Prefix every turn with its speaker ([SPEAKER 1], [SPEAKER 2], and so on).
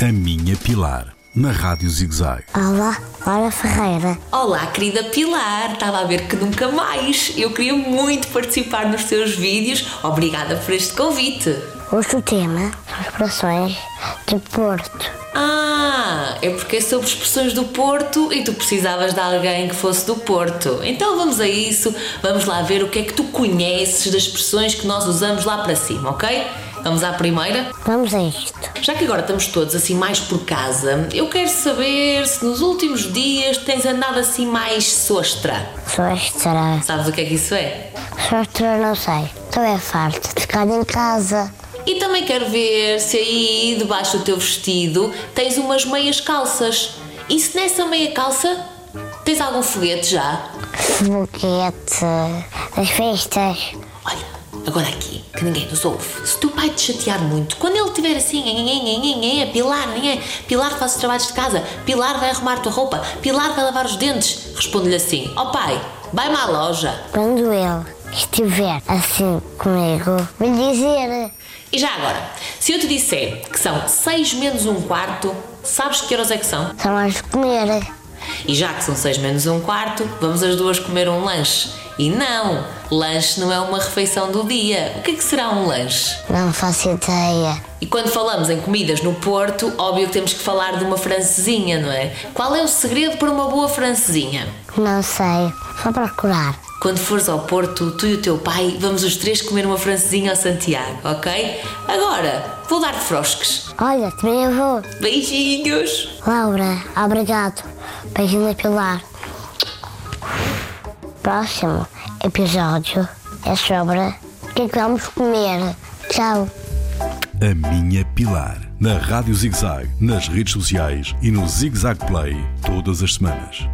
[SPEAKER 1] A Minha Pilar, na Rádio ZigZag.
[SPEAKER 2] Olá, Laura Ferreira.
[SPEAKER 3] Olá, querida Pilar! Estava a ver que nunca mais. Eu queria muito participar nos teus vídeos. Obrigada por este convite.
[SPEAKER 2] Hoje o tema são as operações de Porto.
[SPEAKER 3] Ah, é porque é sobre expressões do Porto e tu precisavas de alguém que fosse do Porto. Então vamos a isso, vamos lá ver o que é que tu conheces das expressões que nós usamos lá para cima, ok? Vamos à primeira?
[SPEAKER 2] Vamos a isto.
[SPEAKER 3] Já que agora estamos todos assim mais por casa, eu quero saber se nos últimos dias tens andado assim mais sostra.
[SPEAKER 2] Só este será.
[SPEAKER 3] Sabes o que é que isso é?
[SPEAKER 2] Só este eu não sei. Então é farto de ficar em casa.
[SPEAKER 3] E também quero ver se aí debaixo do teu vestido tens umas meias calças. E se nessa meia calça tens algum foguete já?
[SPEAKER 2] Foguete, as festas.
[SPEAKER 3] Olha, agora aqui, que ninguém nos ouve. Se o teu pai te chatear muito, quando ele estiver assim, "Nhe, nhe, nhe, nhe, nhe, Pilar, nhe, Pilar faz os trabalhos de casa, Pilar vai arrumar a tua roupa, Pilar vai lavar os dentes, responde-lhe assim: Ó pai, vai-me à loja.
[SPEAKER 2] Quando ele estiver assim comigo, vou lhe dizer
[SPEAKER 3] E já agora, se eu te disser que são 6 menos um quarto, sabes que horas é que são?
[SPEAKER 2] são horas de comer.
[SPEAKER 3] E já que são 6 menos um quarto, vamos as duas comer um lanche. E não, lanche não é uma refeição do dia. O que é que será um lanche?
[SPEAKER 2] Não faço ideia.
[SPEAKER 3] E quando falamos em comidas no Porto, óbvio que temos que falar de uma francesinha, não é? Qual é o segredo para uma boa francesinha?
[SPEAKER 2] Não sei. Vou procurar.
[SPEAKER 3] Quando fores ao Porto, tu e o teu pai vamos os três comer uma francesinha ao Santiago, ok? Agora, vou dar frosques.
[SPEAKER 2] Olha, também eu vou.
[SPEAKER 3] Beijinhos!
[SPEAKER 2] Laura, obrigado. Beijinho na Pilar. Próximo episódio é sobre o que é que vamos comer. Tchau.
[SPEAKER 1] A Minha Pilar, na Rádio ZigZag, nas redes sociais e no ZigZag Play, todas as semanas.